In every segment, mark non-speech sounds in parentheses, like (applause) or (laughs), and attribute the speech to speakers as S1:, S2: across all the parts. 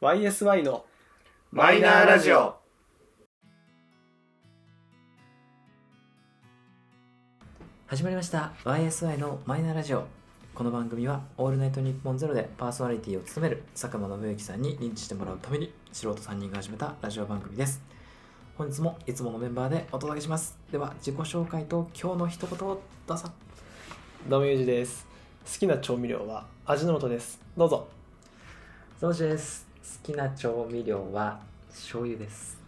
S1: YSY の
S2: マイナーラジオ。
S3: 始まりました YSY のマイナーラジオこの番組は「オールナイトニッポンゼロでパーソナリティを務める佐久間信之さんに認知してもらうために素人3人が始めたラジオ番組です本日もいつものメンバーでお届けしますでは自己紹介と今日の一言をどうぞ
S1: どうもゆうじです好きな調味料は味の素ですどうぞ
S3: そうです好きな調味料は醤油です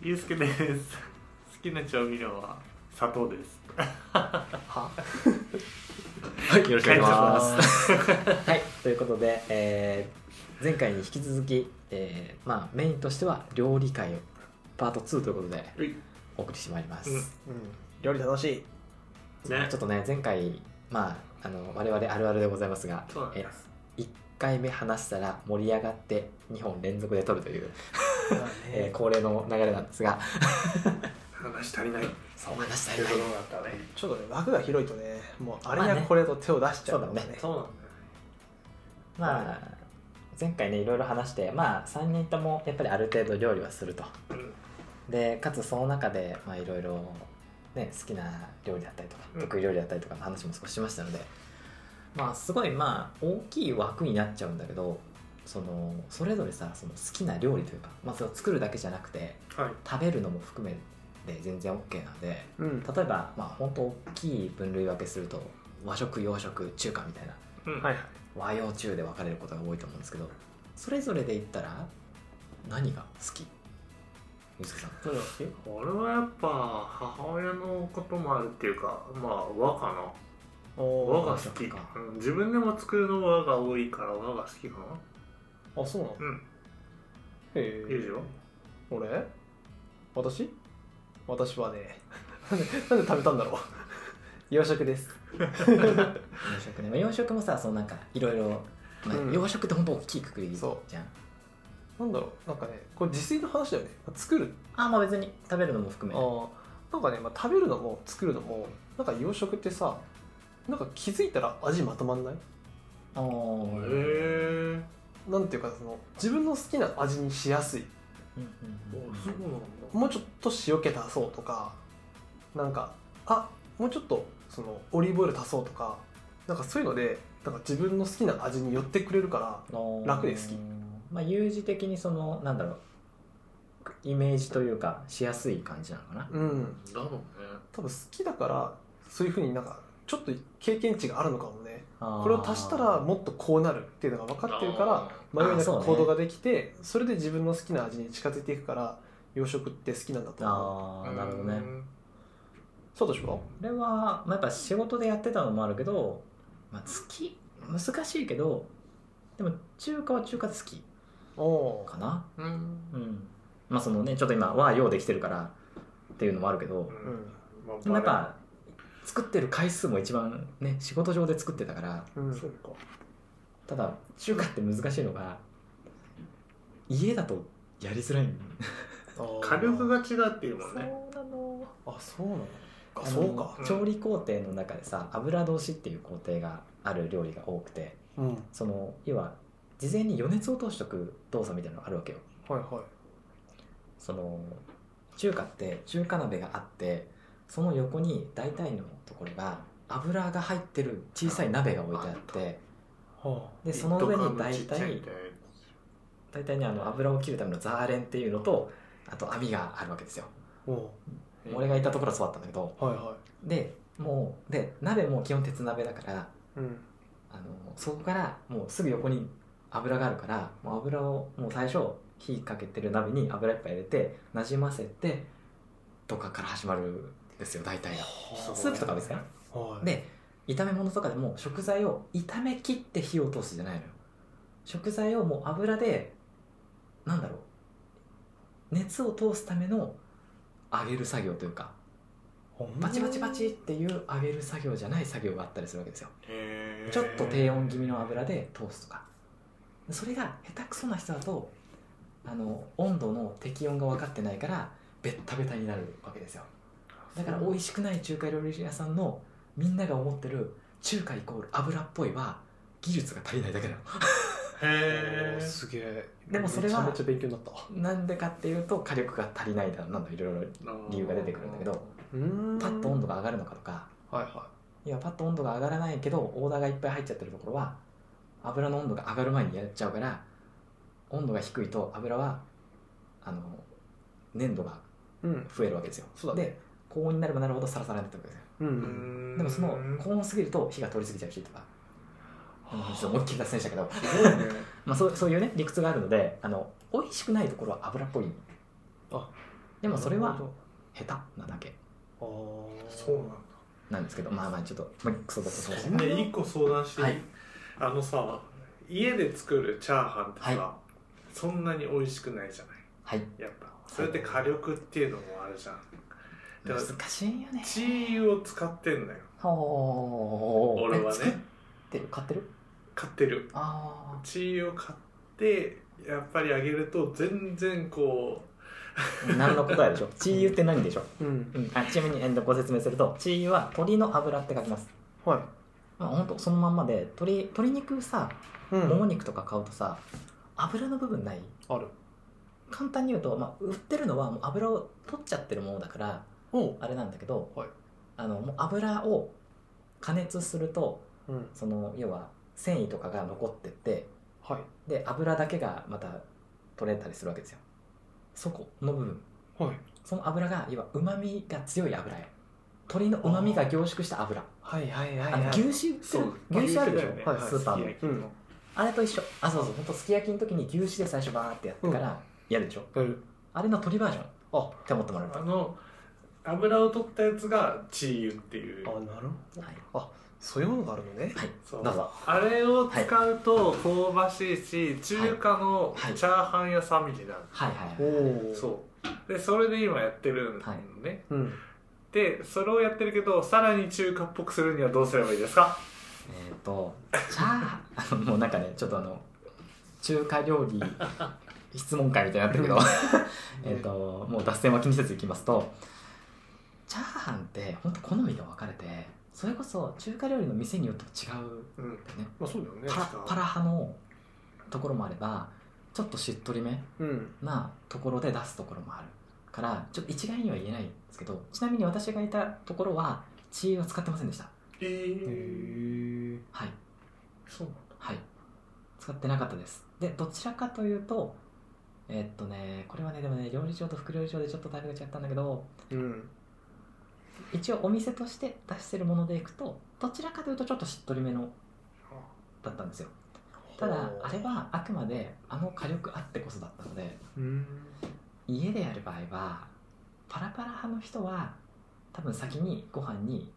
S2: ゆうすけです。好きな調味料は砂糖です。
S1: は
S3: はいよろ
S2: しくお願いします
S3: (laughs) はいということで、えー前回に引き続き、えーまあ、メインとしては料理会をパート2ということで
S2: うい
S3: お送りしてまいります、
S2: うん
S1: うん料理楽しい
S2: ね
S3: ちょっとね前回まああの我々あるあるでございますが
S2: そうなんで
S3: え
S2: す。
S3: 1回目話したら盛り上がって2本連続で撮るという、えー恒例の流れなんですが
S2: 話足りない。
S3: そう話した
S2: と
S3: い
S2: いう
S3: な
S2: ことだったね。
S1: ちょっとね枠が広いとねもうあれ
S3: まあ
S1: や
S3: ね
S1: これやと手を出しちゃうから
S3: そうだ
S2: そうなんだよね。
S3: まあ前回ねいろいろ話してまあ3人ともやっぱりある程度料理はすると
S2: うん
S3: でかつその中でまあいろいろね好きな料理だったりとか
S2: うん
S3: 得意料理だったりとかの話も少ししましたので、まあすごいまあ大きい枠になっちゃうんだけどそのそれぞれさその好きな料理というか、まあ、それを作るだけじゃなくて
S2: はい。
S3: 食べるのも含めて全然 OK なんで
S1: うん
S3: 例えばまあ本当大きい分類分けすると和食洋食中華みたいな
S2: うん
S1: はいはい
S3: 和洋中で分かれることが多いと思うんですけどそれぞれで言ったら何が好きゆうすけさん
S1: どうぞ
S2: 俺はやっぱ母親のこともあるっていうか、まあ和かな。和
S1: お
S2: が
S1: ー
S2: 好き。
S3: そうか
S2: うん自分でも作るの和が多いから和が好きかな。
S1: あそうなの
S2: うん。
S1: へ
S2: いい
S1: え
S2: でしょ。
S1: 俺私私はねなんでなんで食べたんだろう (laughs) 洋食です
S3: 洋食ね、まあ、洋食もさそのなんかいろいろ、まあ
S1: うん
S3: 洋食ってほんと大きいくくりじゃん
S1: そなんだろうなんかねこれ自炊の話だよね作る
S3: あまあ別に食べるのも含め
S1: あーなんかね、まあ、食べるのも作るのもなんか洋食ってさなんか気づいたら味まとまんない
S3: あー
S2: へ
S3: うん
S2: え。
S1: なんていうかその自分の好きな味にしやすい
S3: うん
S2: おそうなんだ。
S1: もうちょっと塩気足そうとかなんかあもうちょっとそのオリーブオイル足そうとかなんかそういうのでなんか自分の好きな味に寄ってくれるか
S3: うん
S1: 楽で好き
S3: まあ有事的にそのなんだろうイメージというかしやすい感じなのかな
S1: らうん
S2: だろうね。
S1: 多分好きだからそういうふうになんかちょっと経験値があるのかもね
S3: あー
S1: これを足したらもっとこうなるっていうのが分かってるから迷いな
S3: あ
S1: く
S3: そうね
S1: 行動ができてそ,、れで自分の好きな味に近づいていくから洋食って好きなんだと思う
S3: あ
S2: あ
S3: ー
S2: ー
S3: なるほどね
S1: サトシは
S3: これは、まあ、やっぱ仕事でやってたのもあるけど、まあ、好き難しいけどでも中華は中華好き
S1: おお
S3: かな
S2: うん。
S3: うんまあそのねちょっと今和洋できてるからっていうのもあるけど
S1: ーうん
S2: まあ
S3: でもやっぱ作ってる回数も一番ね仕事上で作ってたから
S1: うん
S2: そうか
S3: ただ中華って難しいのが家だとやりづらいん
S1: あー
S2: 火力が違うっていうもんね
S3: なの
S1: あそうなの
S3: あ
S1: あ
S3: の
S1: そうか
S3: 調理工程の中でさ油通しっていう工程がある料理が多くて
S1: うんはい
S3: その要は事前に余熱を通しとく動作みたいなのがあるわけよ
S1: は
S3: その中華って中華鍋があってその横に大体のところが油が入ってる小さい鍋が置いてあって
S1: いは
S3: でその上に
S2: 一斗缶の
S3: 大
S2: ちっちゃいみ
S3: 体
S2: たいなや
S3: 大体ねあの油を切るためのザーレンっていうのとあと網があるわけですよ
S1: あお
S2: つ
S3: 俺がいたところはそうだったんだけど
S1: うはいは
S3: でもうで鍋も基本鉄鍋だから
S1: いうん
S3: あのそこからもうすぐ横に油があるからもう油をもう最初火かけてる鍋に油いっぱい入れてなじませてとかから始まるんですよ大体が
S2: そう
S3: スープとかは別かな
S1: はい
S3: で炒め物とかでも食材を炒め切って火を通すじゃないのよ食材をもう油でなんだろう熱を通すための揚げる作業というかバチバチバチっていう揚げる作業じゃない作業があったりするわけですよ
S2: へー
S3: ちょっと低温気味の油で通すとかそれが下手くそな人だとあの温度の適温が分かってないからベッタベタになるわけですよだから美味しくない中華料理屋さんのみんなが思ってる中華イコール油っぽいは技術が足りないだけなの
S2: へ
S1: おー
S2: え
S1: すげえ
S3: でもそれは
S1: めちゃめちゃ勉強になったわ
S3: なんでかっていうと火力が足りないだなんだいろいろ理由が出てくるんだけど
S1: うーん
S3: パッと温度が上がるのかとか
S1: はいは
S3: 今パッと温度が上がらないけどオーダーがいっぱい入っちゃってるところは油の温度が上がる前にやっちゃうから温度が低いと油はあの粘度が
S1: いうん
S3: 増えるわけですよ
S1: そうだね
S3: で高温になればなるほどサラサラになってくるわけですよ
S1: うん、
S3: でもその高温すぎると火が通り過ぎちゃうしとかうんちょっと思いっきり脱線したけど、まあ、そうそういうね理屈があるのであの美味しくないところは油っぽい
S1: あ
S3: でもそれ
S1: な
S3: は
S1: る
S3: 下手なだけ
S1: ほどあー
S2: そうなんだ
S3: なんですけどまあまあちょっと、まあ、クソだとそうです
S1: そんな
S2: で一個相談していい、
S3: はい
S2: あのさ家で作るチャーハンってさ、
S3: は
S2: そんなに美味しくないじゃない
S3: はい
S2: やっぱそれって火力っていうのもあるじゃんだから
S3: 難しいよね
S2: チー油を使ってんだよ
S3: ほー
S2: 俺は
S3: え作っ
S2: ね
S3: てる買ってる
S2: 買ってる
S3: あ
S2: チー油を買ってやっぱり揚げると全然こ
S3: あ何の答えでしょ (laughs) チー油って何でしょ、
S1: うん
S3: うん、あちなみにえーとご説明するとチー油は鶏の油って書きます
S1: はい
S3: まあ本当そのまんまで鶏鶏肉さ
S1: う
S3: もも
S1: ん
S3: 肉とか買うとさ油の部分ない
S1: ある
S3: 簡単に言うと、まあ、売ってるのはもう油を取っちゃってるものだから
S1: おう
S3: あれなんだけど、
S1: はい
S3: あのもう油を加熱すると
S1: うん
S3: その要は繊維とかが残ってって
S1: はい
S3: で油だけがまた取れたりするわけですよそこの部分
S1: はい
S3: その油が要はうまみが強い油よ鶏のうまみが凝縮した油
S1: はいはいは
S3: あ
S1: い
S3: の
S1: はい
S3: 牛脂売って
S2: そう
S3: る牛脂あるで
S1: 脂だ
S2: 牛
S3: しょ、
S1: よね
S3: スーパーの
S2: う焼きの
S3: あれと一緒あそうそう本当すき焼きの時に牛脂で最初バーってやってからやるでしょ、
S1: やる
S3: あれの鶏バージョン
S1: あ
S3: って思ってもらえる
S2: あの油を取ったやつがチー油っていう
S1: あなるほど
S3: とはい、
S1: そういうものがあるのね
S3: はい、
S2: そ
S3: どうぞ
S2: あれを使うと香ばしいし、中華の
S3: はい
S2: チャーハン屋さんみたいになる、
S3: はいはいはい
S1: おお
S2: そうでそれで今やってるんね、
S3: はい
S1: うん
S2: でそれをやってるけどさらに中華っぽくするにはどうすればいいですか
S3: えっ、とチャーハン (laughs) もうなんかねちょっとあの中華料理質問会みたいになってるけどえっともう脱線は気にせずいきますとチャーハンって本当好みが分かれてそれこそ中華料理の店によっても違うん
S2: うん
S3: だよね
S1: まあそうだよね
S3: パラパラ派のところもあればちょっとしっとりめ
S1: うん
S3: なところで出すところもあるからちょっと一概には言えないんですけどちなみに私がいたところはチー油は使ってませんでした
S2: えー、
S1: へえ
S3: はい
S2: そう
S3: はい使ってなかったですでどちらかというとえっとねこれはねでもね料理長と副料理長でちょっとタイプが違ったんだけど
S1: うん
S3: 一応お店として出してるものでいくとどちらかというとちょっとしっとりめのだったんですよただあれはあくまであの火力あってこそだったので
S1: うん
S3: 家でやる場合はパラパラ派の人は多分先にご飯に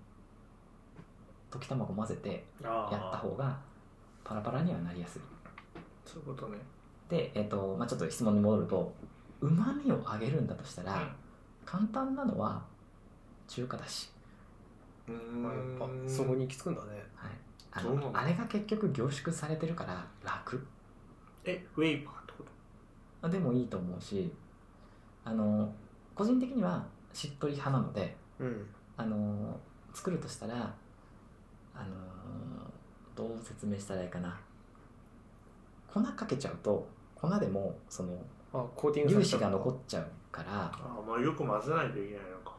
S3: 溶き卵混ぜて
S2: あ
S3: やった方がパラパラにはなりやすい
S2: そういうことね
S3: で、えっとまあ、ちょっと質問に戻るとうまみを上げるんだとしたら、簡単なのは中華だし、
S1: う
S2: まあや
S1: ん
S2: っ
S1: や
S2: ぱ
S1: っぱそこに行き着くんだね
S3: はい、あ
S2: そうな
S3: の
S2: の
S3: あれが結局凝縮されてるから楽
S2: えウェイパーってこ
S3: でもいいと思うしあの個人的にはしっとり派なので
S1: うん
S3: あの作るとしたらあのどう説明したらいいかな粉かけちゃうと粉でもその
S1: あコーティン
S3: 粒
S1: グさ
S3: 子
S1: れちゃ
S3: が
S1: う
S3: 残っちゃうから
S2: とああまあよく混ぜないといけないのか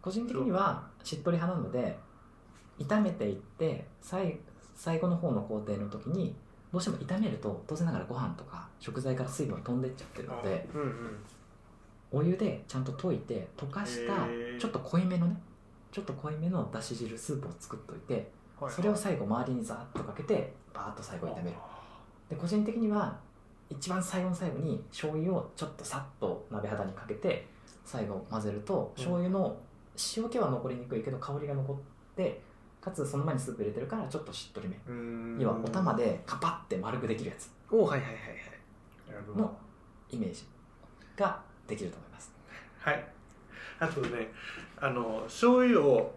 S3: 個人的にはしっとり派なので炒めていって最最後の方の工程の時にどうしても炒めると当然ながらご飯とか食材から水分が飛んでっちゃってるので
S1: うんうん
S3: お湯でちゃんと溶いて溶かした
S2: へー
S3: ちょっと濃いめのねちょっと濃いめのだし汁スープを作っといて
S1: はい
S3: それを最後周りにザーッとかけてバーッと最後炒めるで個人的には一番最後の最後に醤油をちょっとさっと鍋肌にかけて最後混ぜると
S1: うん
S3: 醤油の塩気は残りにくいけど香りが残ってかつその前にスープ入れてるからちょっとしっとりめ
S2: うん
S3: 要はお玉でカパッて丸くできるやつ
S1: おおはいはいはいはい
S2: やるわ
S3: のイメージができると思います
S2: はい。あとね、あの醤油を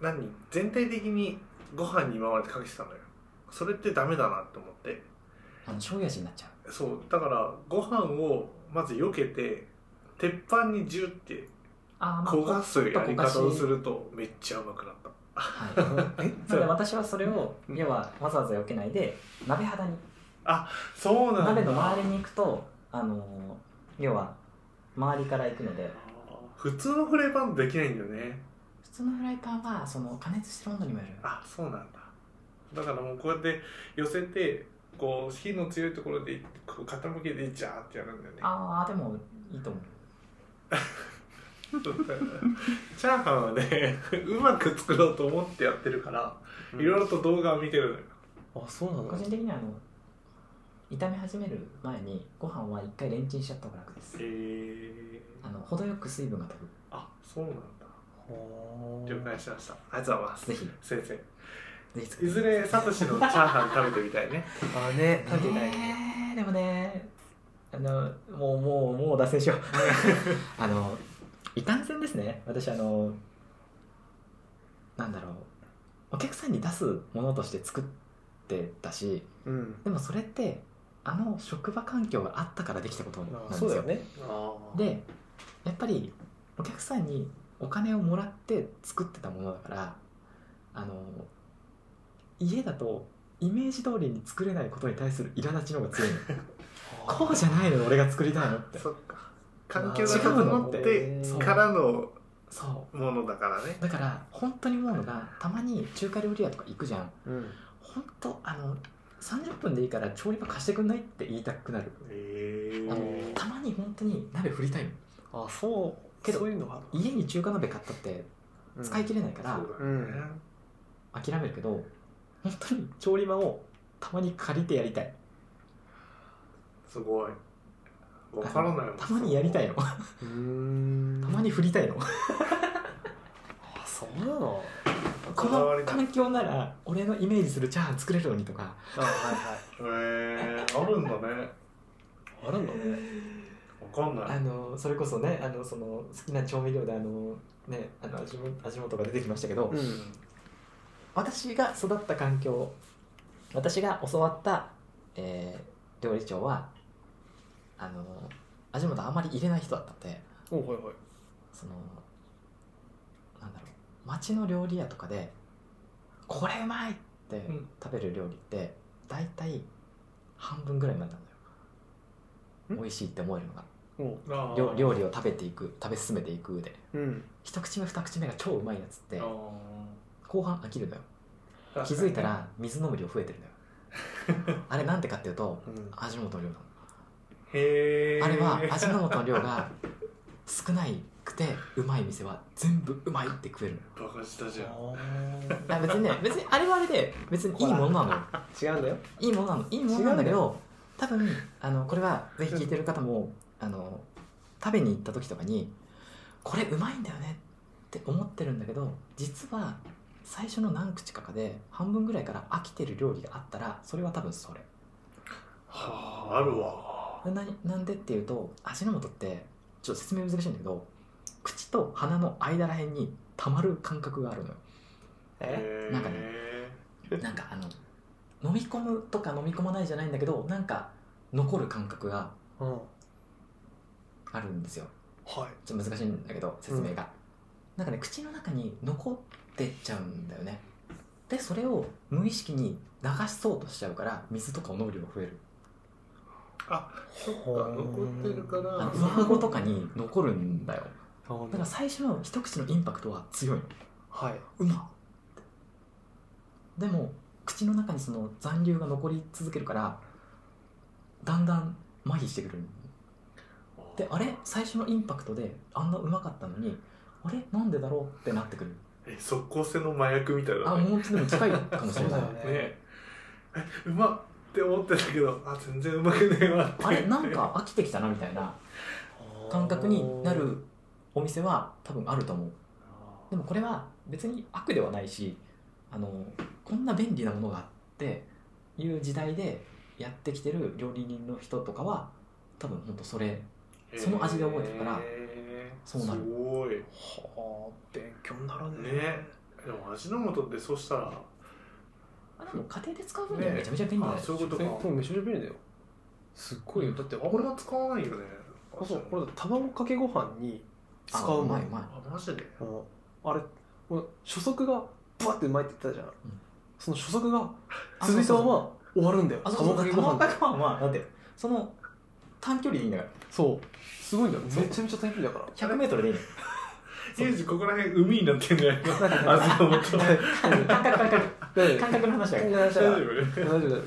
S2: 何全体的にご飯に今までかけてたのよ。それってダメだなって思って。
S3: あの醤油味になっちゃう
S2: そうだからご飯をまず避けて鉄板にジュって
S3: あーまあ
S2: 焦がすやり方を
S3: ち
S2: す
S3: ょっと焦がし
S2: るとめっちゃうまくなった。
S3: はい
S1: え
S3: それで私はそれを
S2: うん
S3: 要はわざわざ避けないで鍋肌に
S2: そうなんだ
S3: 鍋の周りに行くとあのー要は周りから行くので
S2: 普通のフライパンできないんだよね
S3: 普通のフライパンはその加熱してる温度にもよる
S2: あそうなんだだからもうこうやって寄せてこう火の強いところでこう傾けてジャーってやるんだよね (laughs)
S3: ああでもいいと思う
S2: チャーハンはね (laughs) うまく作ろうと思ってやってるからいろいろと動画を見てるのよ
S1: あそうなの
S3: 個人的にはあの炒め始める前にご飯は一回レンチンしちゃった方が楽です
S2: えー、
S3: あの程よく水分が飛ぶ
S2: あそうなんだ
S1: ほー
S2: 了解しましたありがとうございます
S3: ぜひ
S2: 先生
S3: ぜひ作
S2: い
S3: って
S2: ずれサトシのチャーハン食べてみたいね
S1: あね食べてないね
S3: ねえでもねあのもうもうもう脱線し
S1: (laughs)
S3: ようあのいかんせんですね私あのなんだろうお客さんに出すものとして作ってたし
S1: うん
S3: でもそれってあの職場環境があったからできたことなん
S1: あ
S3: です
S1: そうだよ
S3: よ
S1: ね
S2: あー
S3: でやっぱりお客さんにお金をもらって作ってたものだからあの家だとイメージ通りに作れないことに対する苛立ちの方が強いのこうじゃないの俺が作りたいのって
S2: そっか環境が整っ
S1: 違う
S2: て
S1: の
S2: からの
S3: そ
S2: ものだからね
S3: うだから本当に思うのがたまに中華料理屋とか行くじゃん
S1: うん
S3: 本当あの30分でいいから調理場貸してくんないって言いたくなる
S2: ええ
S3: あのたまに本当に鍋振りたいの
S1: あそう
S3: けど
S1: そういうのがある
S3: 家に中華鍋買ったって
S1: うん
S3: 使い切れないから、
S2: そうだね、
S3: 諦めるけど本当に調理場をたまに借りてやりたい
S2: すごいわからないもん
S3: たまにやりたいのた
S1: うーん
S3: まに振りた
S1: (laughs)
S3: いの
S1: あそうなの
S3: こ
S2: こだわり
S3: の
S2: だ
S3: 環境なら俺のイメージするチャーハン作れるのにとか
S1: あはいはい
S2: へえあるんだね
S1: (laughs) あるんだね
S2: わかんな
S3: あ
S2: い
S3: のそれこそねあのその好きな調味料であのねあの味も味もとか出てきましたけど、
S1: うん
S3: 私が育った環境私が教わった、えー料理長はあの味もとあまり入れない人だったんで
S1: おはいはい
S3: そのなんだろう町の料理屋とかで「これうまい!」って
S2: うん
S3: 食べる料理って大体半分ぐらいまでなの
S1: ん
S3: よ美味しいって思えるのが
S1: お
S2: あー
S3: 料料理を食べていく食べ進めていく上で
S1: うん
S3: 一口目二口目が超うまいやつって
S2: あ
S3: 後半飽きるのよ
S2: ー
S3: 気づいたら水飲む量増えてるのよ
S2: (laughs)
S3: あれなんでかっていうと
S1: うん
S3: 味の素の量なの
S2: へえ
S3: あれは味の素の量が少ないくてうまい店は全部うまいって食えるのよ
S2: バカしたじゃん
S3: いや別にね別にあれはあれで別にいいものなのよ
S1: (laughs) 違うんだよ
S3: いいものなのいいものなんだけど多分あのこれはぜひ聞いてる方もあの食べに行った時とかにこれうまいんだよねって思ってるんだけど実は最初の何口かかで半分ぐらいから飽きてる料理があったらそれは多分それ
S2: はああるわ
S3: ななんでっていうと味の素ってちょっと説明難しいんだけど口と鼻の間らへんにたまる感覚があるのよ
S2: へー
S3: なんかねなんかあの飲み込むとか飲み込まないじゃないんだけどなんか残る感覚が
S1: うんは
S3: あるんですよ
S1: い
S3: ちょっと難しいんだけど説明が、なんかね口の中に残ってっちゃうんだよねでそれを無意識に流しそうとしちゃうから水とかを飲む量が増える
S2: そっか残ってるから
S3: あの上顎とかに残るんだよ
S1: あほんと
S3: だから最初の一口のインパクトは強いの
S1: はいう
S3: まっでも口の中にその残留が残り続けるからだんだん麻痺してくるであれ最初のインパクトであんなうまかったのにあれなんでだろうってなってくる
S2: え即効性の麻薬みたい
S3: あ
S2: だね
S3: もうちょっとでも近いかもし
S1: そ
S3: れな
S1: う
S3: い
S1: だよね
S2: ねえうまっって思ってたけどあ全然うまくねえわって
S3: あれなんか飽きてきたなみたいな感覚になるお店は多分あると思うでもこれは別に悪ではないしあのこんな便利なものがあっていう時代でやってきてる料理人の人とかは多分ほんとそれその味で覚えてるから
S2: へー
S3: そうなる
S2: すごい
S1: はあ勉強にならね
S2: ねでも味の素ってそうしたら
S3: あでも家庭で使う分にはめちゃめちゃ便利だ
S2: あ
S3: よ、
S2: そういうこと
S1: え
S2: か
S1: これめちゃめちゃ便利だよすっごいよだって
S2: あん
S1: 俺
S2: ま使わないよね
S1: あそうこれ卵かけご飯に使
S3: あ
S1: うも
S3: うま
S1: ん
S3: いうまい
S2: あマジで
S1: うんあれ俺初速がブワってうまいって言ってたじゃん、
S3: ん
S1: その初速が
S3: あ
S1: 続いた
S3: そうそう
S1: まま終わるんだよ
S3: あそうそう
S1: 卵かけご
S3: 卵
S1: 飯
S3: かけご飯はだってその短距離でいいんだから
S1: そうすごいんだよ
S3: そう
S1: めちゃめちゃ短距離だか
S3: 100m でいいの
S2: ユージここら辺海になってんじ
S1: (laughs)
S2: ゃないの
S1: ら
S2: あそう思った大
S3: 感覚感覚
S1: 大丈夫
S3: 感覚の話だから
S1: 大丈
S2: 丈
S1: 夫
S2: 夫
S1: 大丈夫だよ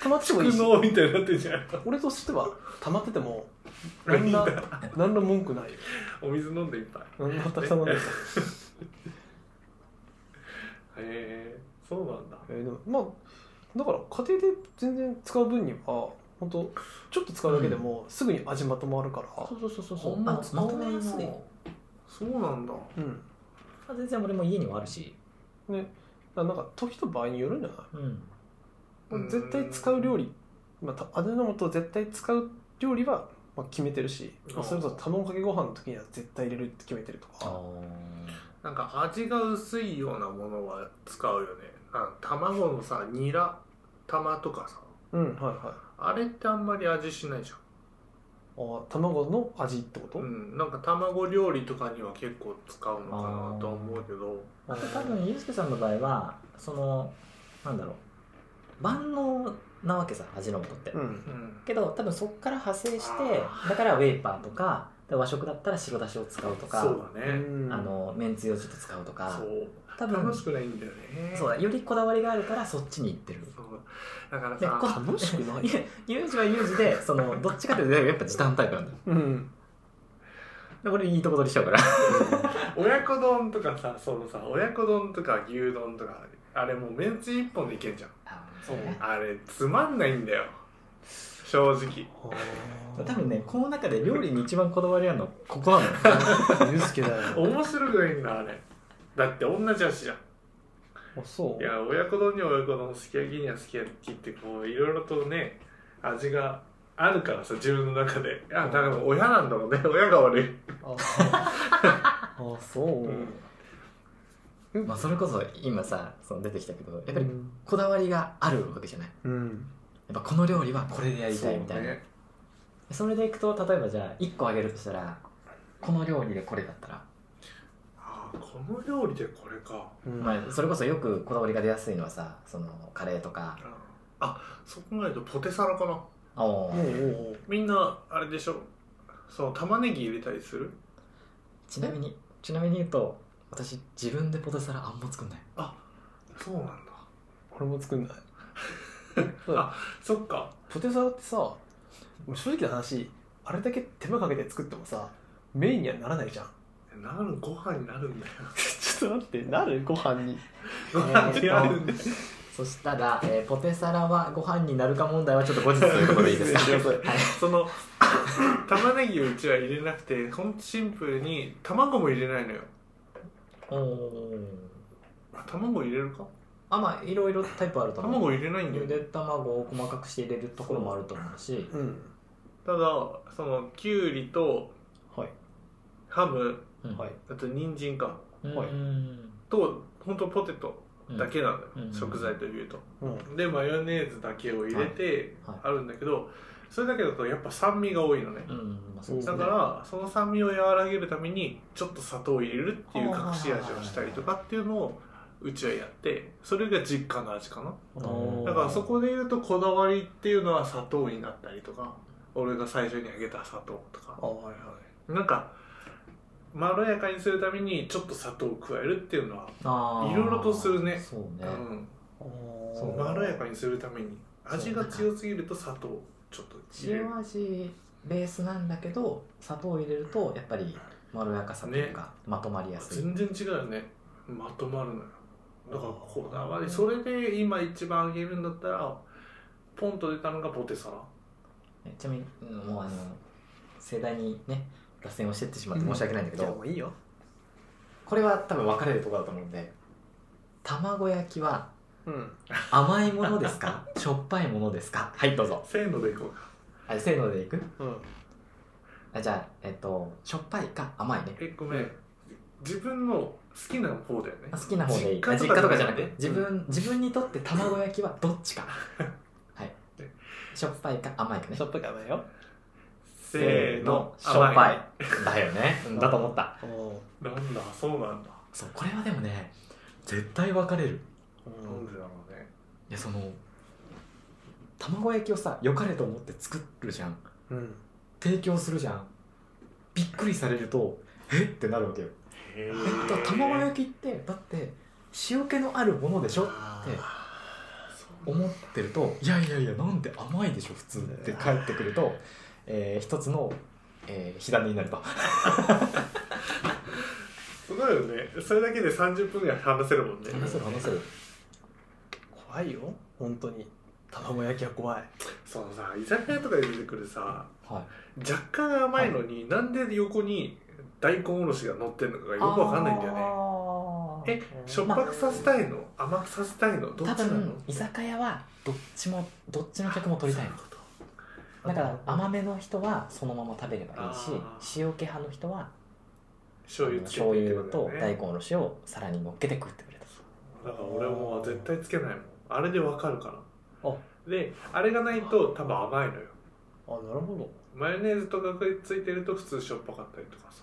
S1: 溜まっててもいい
S2: 苦
S1: し
S2: 悩みたいになってんじゃない
S1: 俺としては溜まってても
S2: の
S1: 何ら何ら文句ないよ
S2: お水飲んでいっぱい
S1: 何らたくさん飲んでる
S2: へえそうなんだ
S1: えーでもまあだから家庭で全然使う分には本当ちょっと使うだけでもすぐに味まとまるから、
S3: そうそうそうそう
S2: あ
S3: そうん
S2: ま
S3: あのまとめやすい
S2: そうなんだ
S1: うん
S3: あ全然俺も家にはあるし
S1: ねだからなんか時と場合によるんじゃな
S3: うん
S1: い絶対使う料理、まあた、味の素を絶対使う料理は、まあ、決めてるし、まあ、それこそ卵かけご飯の時には絶対入れるって決めてると
S3: あ
S1: か
S2: なんか味が薄いようなものは使うよねあ卵のさニラ玉とかさ
S1: うんはいはい
S2: あれってあんまり味しないじ
S1: あー卵の味ってこと、
S2: ゃん、うん、なんか卵料理とかには結構使うのかなとは思うけど
S3: あと多分ユースケさんの場合はそのなんだろう万能なわけさ味の素って、
S1: うん
S2: うん
S3: けど多分そこから派生して
S2: あ
S3: だからウェイパーとか和食だったら白だしを使うとか
S2: そうだ
S1: う
S2: ね
S1: ん
S3: あのめんつゆをちょっと使うとか
S2: そう
S3: 多分
S2: 楽しくないんだよね
S3: そうだよりこだわりがあるからそっちに行ってる
S2: そうだから
S3: でこ
S2: さ
S1: 楽しくない
S3: いやユージはユージでそのどっちかっていうとやっぱ時短タイプなんだよ (laughs)
S1: うん
S3: で俺いいとこ取りしちゃうから
S2: 親子丼とかさそのさ親子丼とか牛丼とかあれもうめんつゆ一本でいけんじゃん
S3: そうね
S2: あれつまんないんだよ正直
S3: 多分ねこの中で料理に一番こだわりあるのここなのよ
S1: (laughs) ユースケだ
S3: (laughs)
S1: よ
S2: 面白くないんだあれだって同じ味じゃん
S1: あそう
S2: いや親子丼には親子丼すき焼きにはすき焼きってこういろいろとね味があるからさ自分の中であだからもう親なんだろうね親が悪い、
S1: ああそう、
S3: まあそれこそ今さその出てきたけどやっぱりこだわりがあるわけじゃない
S1: うん
S3: やっぱこの料理はこれでやりたいみたいなそ,、
S2: ね
S3: れでいくと例えばじゃあ1個あげるとしたらこの料理でこれだったら、
S2: ああこの料理でこれか
S1: うん
S3: まあ、それこそよくこだわりが出やすいのはさそのカレーとか
S2: ああそこまでとポテサラかな
S3: お
S1: おうお
S3: ー
S1: う
S2: みんなあれでしょその玉ねぎ入れたりする
S3: ちなみにちなみに言うと私自分でポテサラあんま作んない
S2: そうなんだ
S1: 俺も作ん
S3: (laughs)
S1: ないそう
S2: あそっか
S1: ポテサラってさもう正直な話あれだけ手間かけて作ってもさメインにはならないじゃん
S2: なるご飯になるんだよ
S1: (laughs) ちょっと待ってなるご飯に
S2: ご飯になるんだよ
S3: そしたら、えーポテサラはご飯になるか問題はちょっと後日ということでいいですかはい
S2: その (laughs) 玉ねぎをうちは入れなくてほんとシンプルに卵も入れないのよ
S3: おー
S2: あ卵入れるか
S3: あまあいろいろタイプあると思う
S2: 卵入れないんだ
S3: ゆ
S2: よ
S3: で卵を細かくして入れるところもあると思うし
S1: うん
S2: ただそのきゅうりと
S1: はい
S2: ハム
S3: うん
S1: はい
S2: あと人参か
S1: はい
S3: うん
S2: とほんとポテトだけなんだよ、
S3: うん
S2: 食材というと
S1: うん
S2: でマヨネーズだけを入れて
S3: はい
S2: あるんだけど、それだけだとやっぱ酸味が多いのね、
S3: うんまあそうです
S2: だ
S3: ね
S2: からその酸味を和らげるためにちょっと砂糖を入れるっていう隠し味をしたりとかっていうのをうちはやってそれが実家の味かな
S3: おー
S2: だからそこで言うとこだわりっていうのは砂糖になったりとか俺が最初にあげた砂糖とか
S1: あはいはい
S2: なんかまろやかにするためにちょっと砂糖を加えるっていうのは、
S3: あー
S2: いろいろとするね
S3: そうね
S1: あー
S3: そう
S2: うん、まろやかにするために味が強すぎると砂糖をちょっと入れる
S3: 塩味ベースなんだけど砂糖を入れるとやっぱりまろやかさというか、まとまりやすい
S2: 全然違うよねまとまるのよだからこだわりそれで今一番あげるんだったらポンと出たのがポテサラ
S3: えちなみにうんもうあの盛大にね脱線をしてってしまって申し訳ないんだけ
S1: じ
S3: ど、
S1: ゃあもういいよ
S3: これは多分分かれるところだと思うんで卵焼きは
S1: うん
S3: 甘いものです (laughs) かしょっぱいものですかはいどうぞ
S2: せーのでいこうか
S3: あせーのでいく
S1: うん
S3: あじゃあえっとしょっぱいか甘いね
S2: えごめん自分の好きな方だよね
S3: あ好きな方でいい
S2: 実
S3: あ
S2: 家
S3: 実
S2: と
S3: 家
S2: か
S3: とかじゃなくて
S2: ね
S3: 自分自分にとって卵焼きはどっち (laughs) かはいしょっぱいか甘いかね
S1: しょっぱいからよ
S2: せーの
S3: しょっぱ
S2: 甘
S3: いだよね (laughs) うんだと思った
S1: おお
S2: いなんだそうなんだ
S3: そうこれはでもね絶対分かれる
S2: なんでだろうね
S3: いやその卵焼きをさ良かれと思って作るじゃん
S1: うん
S3: 提供するじゃんびっくりされるとえってなるわけよ
S2: へ
S3: だから卵焼きってだって塩気のあるものでしょって思ってるといやいやいやなんで甘いでしょ普通って帰ってくると、えー一つの、えー火種になると
S2: すごいよねそれだけで30分ぐらい話せるもんね
S3: 話せる話せる
S1: 怖いよ本当に卵焼きは怖い
S2: そのさ居酒屋とかで出てくるさ
S3: はい
S2: 若干甘いのに、なんで横に大根おろしが乗ってるのかがよくわかんないんだよねえしょっぱくさせたいの、甘くさせたいのどっ
S3: 多
S2: ちなの
S3: 分居酒屋はどっちもどっちの客も取りたいのだから甘めの人はそのまま食べればいい
S2: あ
S3: し塩気派の人は
S2: 醤油つけて
S3: 醤油と
S2: だ
S3: 大根おろしを皿に乗っけて食ってくれた
S2: だから俺もう絶対つけないもんあれでわかるか
S1: あ
S2: らであれがないと多分甘いのよ
S1: あなるほ
S2: マヨネーズとかがついてると普通しょっぱかったりとかさ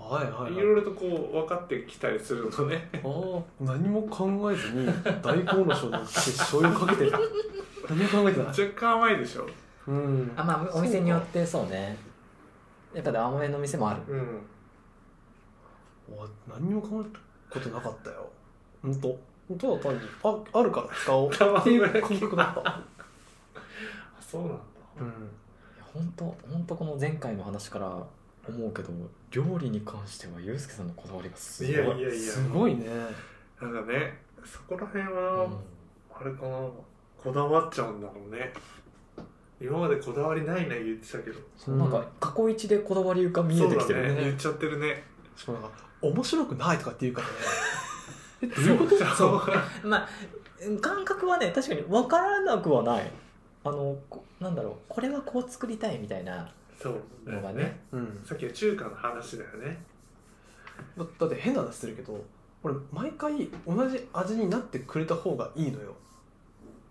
S1: どはいはいい、
S2: ろ
S1: はい
S2: いろとこう分かってきたりするのね
S1: あー何も考えずに大根おろしを乗っけて醤油かけてる何も考えてない
S2: 若干甘いでしょ
S1: うん
S3: あまあお店によってそうねやっぱり甘めの店もある (laughs)
S2: うん (laughs)
S1: お何にも考えたことなかったよほんとただ単にああるから使おうっていう感覚だった、
S2: あそうなんだ
S1: うん、
S3: 本当本当この前回の話から思うけど料理に関してはゆうすけさんのこだわりがすごい
S2: いやいやいや
S1: すごいね
S2: なんかねそこら辺
S3: う
S2: は、
S3: ん
S2: あれかなこだわっちゃうんだろうね今までこだわりないね言ってたけど
S3: そうなんか過去一でこだわりが見えてきて
S2: そう
S3: る
S2: だね言
S3: ね
S2: っちゃってるね
S1: しかもなんか面白くないとかって言うからねえどういうこと
S2: そう
S3: (laughs) まあうん感覚はね確かに分からなくはないあのこなんだろうこれはこう作りたいみたいな
S2: そうだよ
S3: のが
S2: ね
S3: ね
S1: うん、
S2: さっきの中華の話だよね
S1: だだって変な話するけど俺毎回同じ味になってくれた方がいいのよ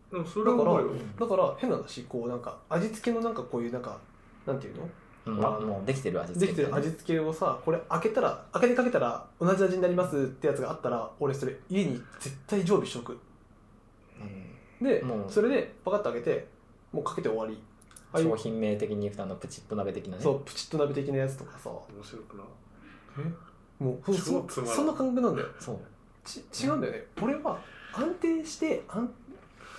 S2: でもそれは思うよ
S1: だから変な話こうなんか味付けのなんかこういうなんかなんていうの
S3: うんまあもうできてる味
S1: で
S3: 付け
S1: きてる味付けをさこれ開けたら開けてかけたら同じ味になりますってやつがあったら俺それ家に絶対常備しとくで
S3: もう
S1: それでパカッと開けてもうかけて終わりああい
S3: 商
S1: う
S3: 品名的にあのプチッと鍋的なね
S1: そうプチッと鍋的なやつとかさも
S2: 面白くないう超
S1: そ
S2: つ
S1: そ
S2: まらん
S1: そんな感覚なんだよ
S3: そう
S1: ち違うんだよね俺は安定して安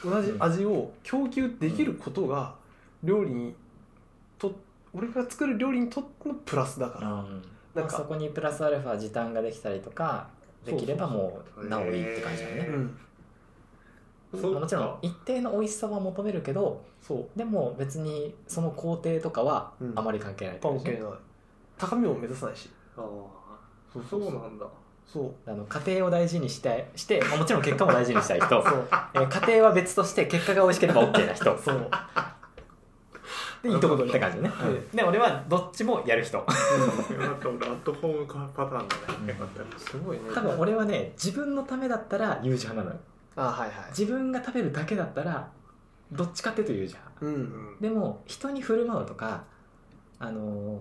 S1: 同じ味を供給できることが料理にと俺が作る料理にとってのプラスだから、
S3: な
S1: なんんか
S3: かそこにプラスアルファ時短ができたりとかできればも
S2: そうそうそ
S3: う
S2: う
S3: なおいいって感じだよ
S2: へ
S3: ね
S2: ー
S1: うん、
S2: そっ
S3: ま
S2: か
S3: あもちろん一定の美味しさは求めるけど
S1: そう
S3: でも別にその工程とかは
S1: うん
S3: あまり関係ないって
S1: パ
S3: こ
S1: ン
S3: と
S1: も
S3: でしょ
S1: 系ない高みを目指さないし
S2: あ
S1: そ
S2: あそうなんだ
S1: そう
S3: あの家庭を大事にしたいして、まあ、もちろん結果も大事にしたい人
S1: そう
S3: えー家庭は別として結果が美味しければ OK な人
S1: そう
S3: でいいとこ取りって感じね、
S1: うん
S3: うんで俺はどっちもやる人
S2: よかった俺アットホームパターンだねよかった
S1: すごいね
S3: 多分俺はね自分のためだったら U 字派なのよ
S1: あはいはい
S3: 自分が食べるだけだったらどっちかっていうと U 字
S1: う
S3: 派
S2: うんん
S3: でも人に振る舞うとかあのー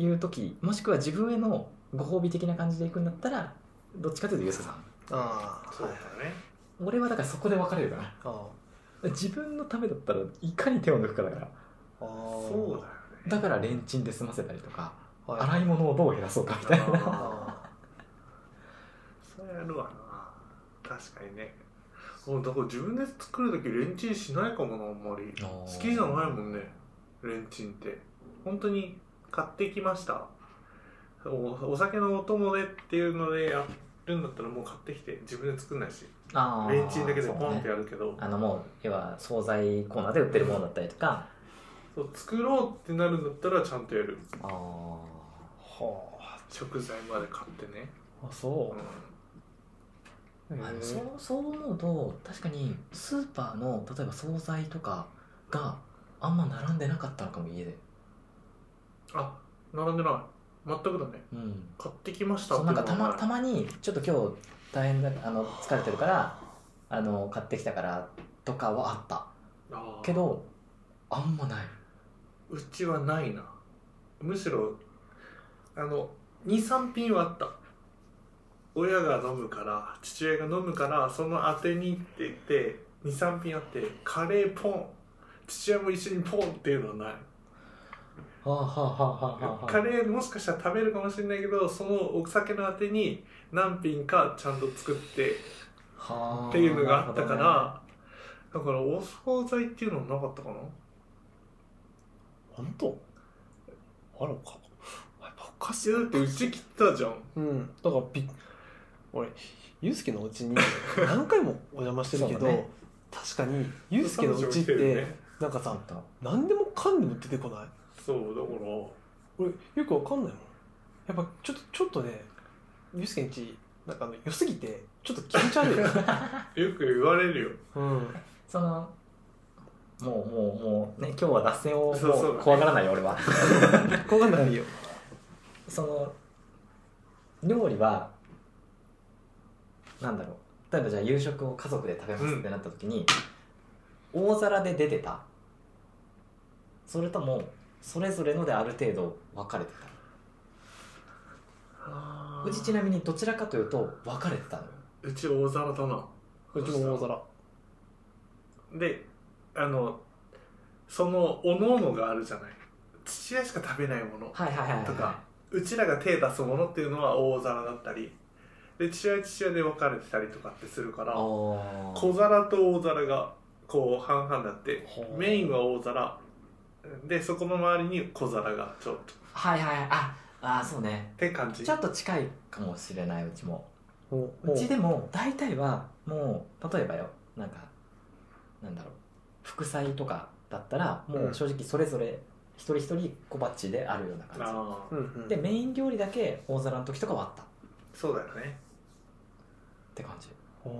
S3: いう時もしくは自分へのご褒美的な感じでいくんだったらどっちかというとゆうささん
S1: ああ
S2: そう
S1: はい
S2: だ
S1: はい
S2: ね
S3: 俺はだからそこで分かれるかな
S1: あー
S3: 自分のためだったらいかに手を抜くかだから
S1: あー
S2: そうだ
S3: だからレンチンで済ませたりとか
S1: はい
S3: 洗い物をどう減らそうかみたい
S2: よね
S3: な
S1: あ
S2: ああそれやるわな確かにねおだから自分で作る時レンチンしないかもなあんまり好きじゃないもんねレンチンって本当に買ってきましたおお酒のお供でっていうのでやるんだったらもう買ってきて自分で作んないし
S3: あー
S2: レンチンだけで
S3: そうね
S2: ポンってやるけど
S3: あのもう要は惣菜コーナーで売ってるものだったりとか
S2: そう,、作ろうってなるんだったらちゃんとやる
S3: あ
S1: ー
S3: ー
S1: は
S2: 食材まで買ってね、
S1: ああそうう
S3: あの
S1: へー
S3: そうそう思うと確かにスーパーの例えば惣菜とかがあんま並んでなかったのかも家で、
S2: ん、あ並んでない全くだね
S3: うん、
S2: 買ってきました
S3: そうなんかたまた
S2: ま
S3: まにちょっと今日大変だあの疲れてるからあの買ってきたからとかはあったけどあんまないう
S2: ちはないなむしろあの23品はあった親が飲むから父親が飲むからその当てにって言って23品あってカレーポン父親も一緒にポンっていうのはない
S3: はあはあはあはあはあ
S2: カレーもしかしたら食べるかもしれないけどそのお酒のあてに何品かちゃんと作って
S3: はあ
S2: っていうのがあったか
S3: なるほ
S2: ら、だからお惣菜っていうのはなかったかな
S1: 本当あるのかやっぱおかし
S2: い
S1: い
S2: やだってうち来たじゃん
S1: うんだからびっ俺ゆうすけのお家に (laughs) 何回もお邪魔してるけ
S3: そ
S1: ど、
S3: うだね
S1: 確かにゆうすけのお家って、なんか
S3: ど
S1: さ
S3: そうだ
S1: 何でもかんでも出てこない
S2: そうだから
S1: 俺よくわかんないもんやっぱちょっとちょっとねゆうすけんちなんかあの良すぎてちょっと気持ち悪い
S2: よく言われるよ
S1: うん
S3: そのもうもうもうね今日は脱線を
S2: そうそう
S3: もう怖がらないよ俺は
S1: 怖がんなくていいよ
S3: その料理はなんだろう例えばじゃあ夕食を家族で食べますってなった時に、大皿で出てたそれともそれぞれのである程度分かれてたうちちなみにどちらかというと分かれてたのよ
S2: うち大皿だな
S1: うちも大皿
S2: であのそのおのおのがあるじゃない父親しか食べないもの
S3: はいはいはいはい
S2: とかうちらが手出すものっていうのは大皿だったりで父親父親で分かれてたりとかってするから
S3: あ
S2: 小皿と大皿がこう半々だって
S3: ほう
S2: メインは大皿でそこの周りに小皿がちょっとっ
S3: はいはいはいああーそうね
S2: て感じ
S3: ちょっと近いかもしれないうちも
S1: おう
S3: うちでも大体はもう例えばよなんかなんだろう副菜とかだったらもう正直それぞれ一人一人小バッチであるような感
S2: あ
S1: う
S2: あ
S1: んうん
S3: じでメイン料理だけ大皿の時とかはあったっ
S2: そうだよね
S3: て感じ
S1: おー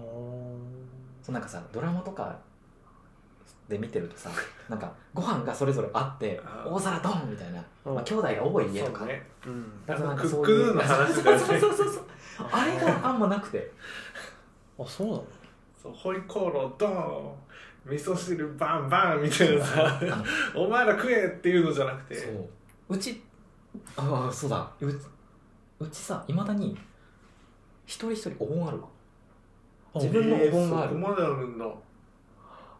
S3: そうなんかさドラマとかで見てる
S2: (laughs)
S3: とさなんかご飯がそれぞれあって
S2: あー
S3: 大皿ドンみたいな、
S1: うん
S3: まあ、兄弟が多い家と
S2: そ
S3: か
S2: うね
S1: うん
S3: だからなんか
S2: あの
S3: そう
S2: クック
S3: いう
S2: ドゥの話だよね
S3: そうそうそうそうあれがあんまな
S2: (laughs)
S3: くて
S1: あそうなの
S2: そうホイコーロードーン味噌汁バンバンみたいなさ
S3: (laughs) あ
S2: 「
S3: の
S2: お前ら食え!」っていうのじゃなく
S3: そ
S2: て
S3: ううちああそうだうちうちさいまだに一人一人お盆あるわ
S1: あ
S3: 自分のお盆がある
S2: えーそこまであるんだ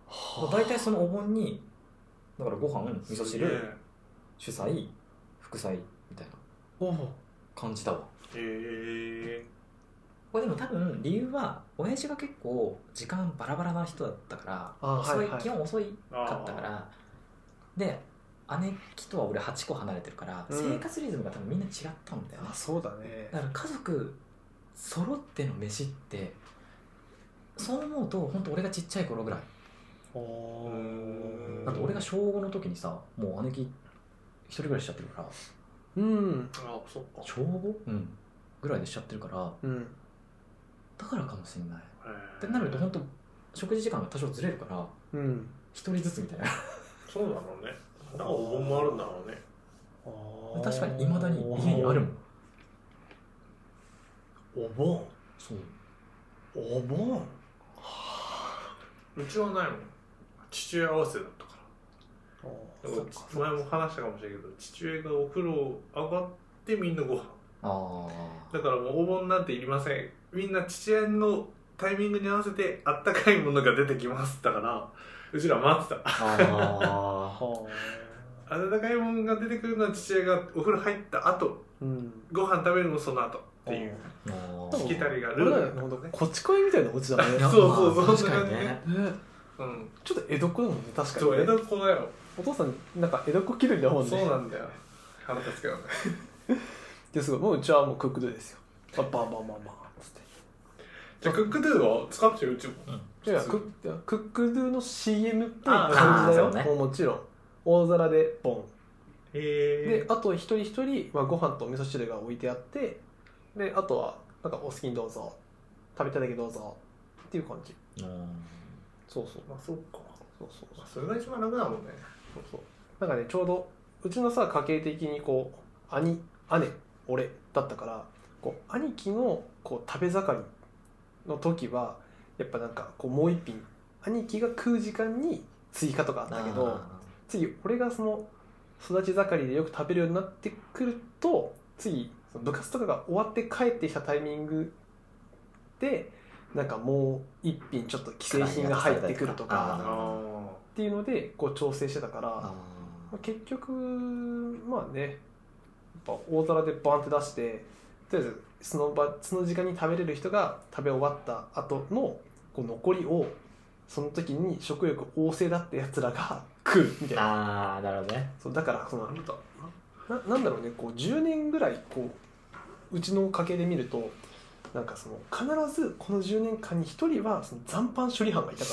S1: は
S3: 大体そのお盆にだからご飯味噌
S2: すげえ
S3: 汁主菜副菜みたいな
S1: おう
S3: 感じだわ
S2: へえ
S3: これでも多分理由は親父が結構時間バラバラな人だったか
S1: あ
S3: ら遅い、
S1: はいはい
S3: 基本遅い
S2: あ
S3: かったからで姉貴とは俺8個離れてるから、
S1: うん
S3: 生活リズムが多分みんな違ったんだよね
S1: あそうだね
S3: だから家族揃っての飯ってそう思うと本当俺がちっちゃい頃ぐらい
S1: お
S2: うーん
S3: だって俺が小5の時にさもう姉貴一人ぐらいしちゃってるから
S1: うん
S2: あそっか
S3: 小 5? うんぐらいでしちゃってるから
S1: うん
S3: だからかもしれない
S2: へー
S3: ってなると本当食事時間が多少ずれるから
S1: うん
S3: 一人ずつみたいな
S2: そうなのねなんかお盆もあるんだろうね
S1: あー
S3: 確かにいまだに家にあるもん
S1: お盆
S3: そう
S1: お盆
S2: うちはないもん父親合わせだったから
S1: あ
S2: だ
S1: ー
S2: から前も話したかもしれないけど父親がお風呂上がってみんなご飯
S3: あ
S2: だからもうお盆なんていりませんみんな父親のタイミングに合わせてあったかいものが出てきますだからうちら待ってた
S3: あ
S1: はあ
S2: あったかいものが出てくるのは父親がお風呂入った後
S1: うん
S2: ご飯食べるのその後っていう
S1: お
S2: 聞きたりが
S1: あ
S2: あ
S1: れ
S2: る
S1: だよねほんとこっち恋みたいなお家だね
S2: いやそうそう
S3: まあ
S2: そんな
S3: 確か
S2: 感
S3: に
S2: じ (laughs)
S3: ね
S1: ね
S2: うん
S1: ちょっと江戸っ子だもんね確か
S2: そ
S1: に、
S2: う
S1: ね、
S2: 江戸っ子だよ
S1: お父さんなんか江戸っ子気取りだもんね
S2: そうなんだよ腹立つけどね
S1: ですごいもううちはもうクックドゥですよバンバンバンバンバンつって
S2: じゃあクックドゥは使ってるうちも
S1: いや
S2: 普通
S1: クッいやクックドゥの CM っぽい
S2: あー
S1: 感じだよ、
S3: あーそうね
S1: もうもちろん大皿でポン
S2: へ
S1: で
S2: え
S1: あと一人一人、まあ、ご飯とお味噌汁が置いてあってであとはなんかお好きにどうぞ食べたいだけどうぞっていう感じそうそう
S2: まあそっか
S1: そうそうそう
S2: まあそれが一番楽だもんね
S1: そうそうなんかねちょうどうちのさ家系的にこう兄姉俺だったからこう兄貴のこう食べ盛りの時はやっぱなんかこうもう一品兄貴が食う時間に追加とかあったけど次俺がその育ち盛りでよく食べるようになってくると次その部活とかが終わって帰ってきたタイミングでなんかもう一品ちょっと既製品が入ってくると
S3: あ
S1: か
S3: ー
S2: あ
S1: っていうのでこう調整してたから
S3: あ
S1: まあ結局まあねやっぱ大皿でバンって出してとりあえずその場その時間に食べれる人が食べ終わった後のこう残りをその時に食欲旺盛だったやつらが食うみたい
S3: ー
S1: な
S3: あーなるほどね
S1: そうだからそ
S2: ー
S1: の
S2: あなた
S1: ななんだろうねこう10年ぐらいこううちの家系で見るとなんかその必ずこの10年間に1人はその残飯処理班がいたか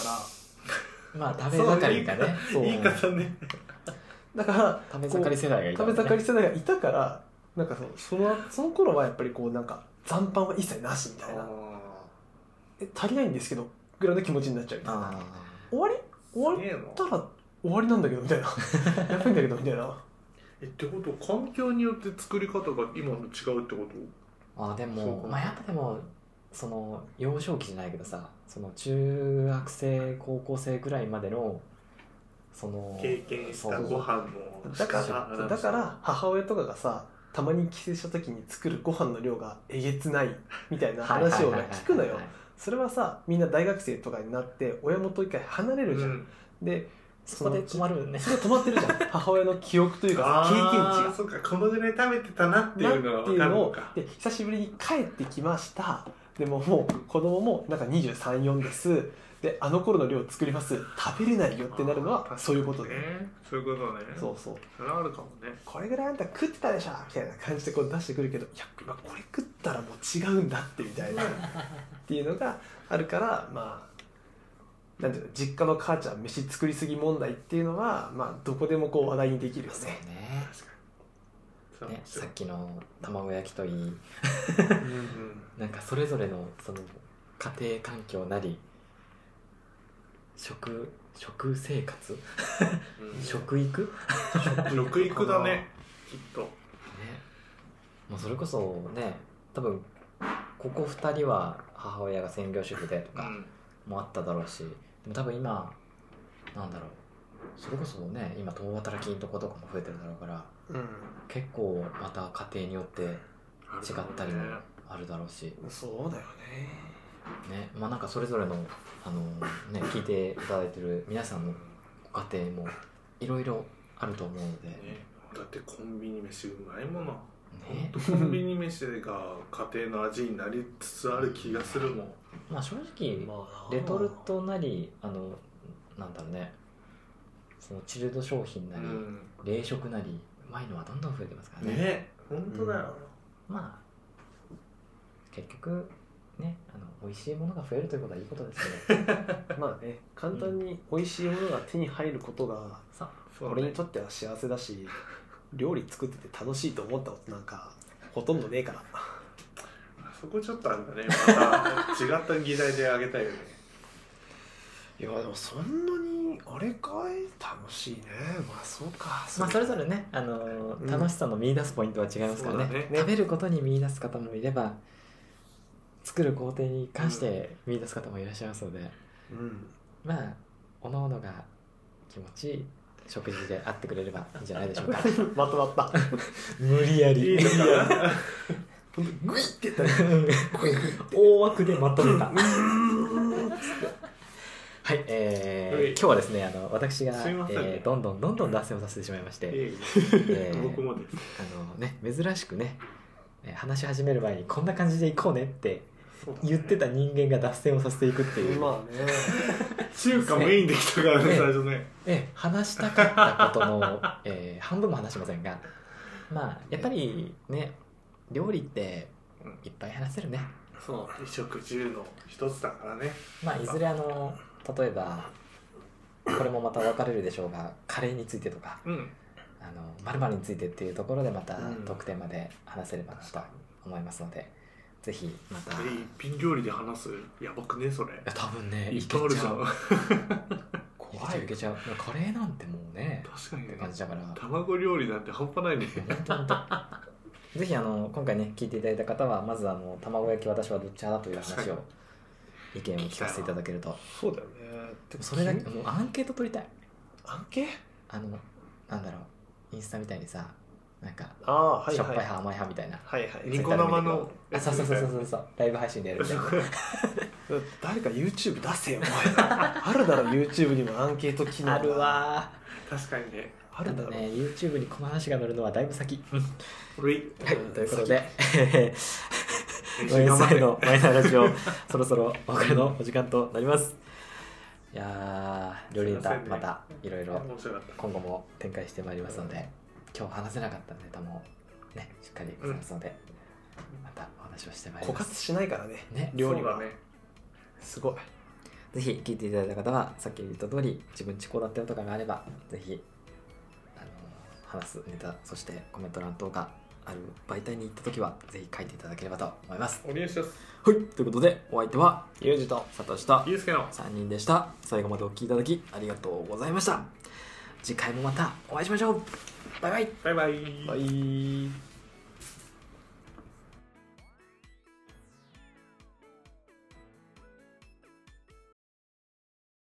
S1: ら
S3: まあ食べ盛りかね
S1: そう
S2: 言い方ね
S1: だから
S3: 食べ盛り世代がいた
S1: 食
S3: もん
S1: べ
S3: ね
S1: 盛り世代がいたからなんかそのそのその頃はやっぱりこうなんか残飯は一切なしみたいな
S2: あ
S1: え足りないんですけどぐらいの気持ちになっちゃうみたいな
S3: あ
S1: 終わり
S2: ー
S1: 終
S2: す
S1: わ
S2: げえ
S1: った
S2: な
S1: ら終わりなんだけどみたいな (laughs) やばいんだけどみたいな
S2: えってこと環境によって作り方が今の違うってこと
S3: ーあーで
S2: そう
S3: も
S2: か
S3: まあやっぱでもその幼少期じゃないけどさその中学生高校生ぐらいまでのその
S2: 経験した
S3: そう
S2: ご飯の
S1: だか
S2: あ
S1: らだから母親とかがさたまに帰省した時に作るご飯の量がえげつないみたいな話をね聞くのよそれはさみんな大学生とかになって親元一回離れ
S2: う
S1: るじゃん、
S2: ん
S1: で
S3: そこで止まるよね
S1: それ止まってる
S3: (laughs)
S1: じゃん母親の記憶というかさ経験値
S2: あ
S1: が
S2: あそうかこのぐらい食べてたなっていうの
S1: な
S2: が
S1: って
S2: 分
S1: いう
S2: かる
S1: の
S2: の
S1: を
S2: か
S1: で久しぶりに帰ってきましたでももう子供もなんか234ですであの頃の量作ります食べれないよってなるの
S2: あ
S1: は
S2: ー
S1: そういうこと
S2: 確
S1: で、
S2: かにねそういうことね
S1: そうそう
S2: それはあるかもね
S1: これぐらいあんた食ってたでしょみたいな感じでこう出してくるけどいや今これ食ったらもう違うんだってみたいなっていうのがあるからまあなんていうの実家の母ちゃん飯作りすぎ問題っていうのはまあどこでもこう話題にできるよ
S3: そう
S1: ね
S3: ね
S2: そう
S3: ねさっきの卵焼きといい
S2: うんうん
S3: なんかそれぞれのその家庭環境なり食食生活
S2: うん
S3: 食育、ね、
S2: 食育だねきっと
S3: もうそれこそね多分ここ2人は母親が専業主婦でとかもあっただろうしでも多分今なんだろうそれこそね今共働きのとことかも増えてるだろうから
S1: うん
S3: 結構また家庭によって違
S2: あるかもね
S3: ったりもあるだろうし
S1: そうだよね
S3: ねまあなんかそれぞれの、あのね、聞いていただいてる皆さんのご家庭もいろいろあると思うので、ね
S2: ねだってコンビニ飯うまいもの本当コンビニ飯が家庭の味になりつつある気がするもん
S3: まあ、正直
S1: ま
S3: レトルトなりあのなんだろうねそのチルド商品なり、
S2: うん
S3: 冷食なりうまいのはどんどん増えてますからね
S2: ね本当だよ
S3: まあ結局ねあの美味しいものが増えるということはいいことで
S2: (laughs)
S3: すけど
S1: まあね簡単に美味しいものが手に入ることが
S3: さ
S2: そう
S1: 俺に
S2: ね
S1: とっては幸せだ (laughs) し料理作ってて楽しいと思ったことなんかほとんどねえから
S2: あそこちょっとあんだねまた違った議題であげたい
S3: (laughs)
S2: よね
S1: いやでもそんなにあれかい楽しいねまあそうか
S3: まあ、それぞれね、あの
S1: うん
S3: 楽しさの見出すポイントは違いますからね,、
S2: そうだね
S3: 食べることに見出す方もいれば作る工程に関して見出す方もいらっしゃいますので、
S1: うん
S3: まあおののが気持ちいい食事であってくれればいいんじゃないでしょ
S2: (laughs)
S3: うか
S1: まとまった
S3: 無理や
S2: いいのかな
S1: ほんとグイッてやったね
S3: 大枠でまとめたはいえー
S2: はい
S3: 今日はですねあの私が、
S2: すいません
S3: えーどんどんどんどん脱線をさせてしまいまして、
S2: え
S3: え
S2: え
S3: ー
S2: 僕もです
S3: あのね珍しくねえー話し始める前にこんな感じでいこうねって
S2: そうだね
S3: 言ってた人間が脱線をさせていくっていう、
S1: まあね
S2: 中華メインできたからね
S3: ね
S2: 最初ね
S3: えー話したかったことの、えー半分も話しませんがまあやっぱりね料理っていっぱい話せるね
S2: そう衣食住の一つだからね
S3: まあいずれあの例えばこれもまた分かれるでしょうがカレーについてとか
S2: うん
S3: あの〇〇についてっていうところでまた
S2: うん
S3: 特典まで話せればなと思いますので、ぜひまた
S2: え一品料理で話すやばくねそれ
S3: いや多分ね
S2: い
S3: い
S2: っ
S3: け
S2: ぱいあるじ
S3: ち
S2: ゃ
S3: ゃ
S2: ん
S3: ういけ
S1: 怖
S3: ちゃうい
S1: い
S3: けちゃうカレーなんてもうね
S2: 確かに
S3: って
S2: ね
S3: 感じだから
S2: 卵料理なんて半端ないね
S3: 本当本
S2: (laughs)
S3: 当ぜひあの今回ね聞いていただいた方はまずあの卵焼き私はどっち派だという話を
S2: 確
S3: 意見を聞かせていただけると
S1: そうだよねでも
S3: それだけ
S1: 君
S3: もうアンケート取りたい
S1: あんけ
S3: あのなんだろうインスタみたいにさなんか
S1: ああはい
S3: しょっぱい
S1: はい
S3: 派甘い派みたいな
S1: はいはい
S2: ニコ生の
S3: あそうそうそうそうそうライブ配信でやるみたいな
S1: 誰か YouTube 出せよお前あるだろ YouTube にもアンケート機 (laughs) 能が
S3: あるわ
S2: 確かにね
S1: あ
S3: ーあ
S1: るだ
S3: の
S1: ろ、
S3: ね YouTube にこの話が載るのはだいぶ先
S2: これいい
S3: はい
S1: うん
S3: ということで
S2: 練習頑張って
S3: OSI のマイナーラジオそろそろお別れのお時間となりますいやー料理ネタまたいろいろ
S2: 面白かった
S3: 今後も展開してまいりますので今日話せなかったネタもねしっかりございますので、またお話をしてまいり
S1: 枯
S3: ます
S1: 渇しないからね
S3: ね
S1: 料理
S2: そうだ
S1: は、
S2: ね
S1: すごい
S3: ぜひ聞いていただいた方はさっき言った通り自分ちこうだったよとかがあればぜひあの話すネタそしてコメント欄等がある媒体に行った時はぜひ書いていただければと思います
S2: お願いします
S3: はいということでお相手は
S1: ゆうじと
S3: 佐藤下
S2: ゆうすけの
S3: 3人でした最後までお聴きいただきありがとうございました次回もまたお会いしましょうバイバイ
S2: バイバイ
S1: バイ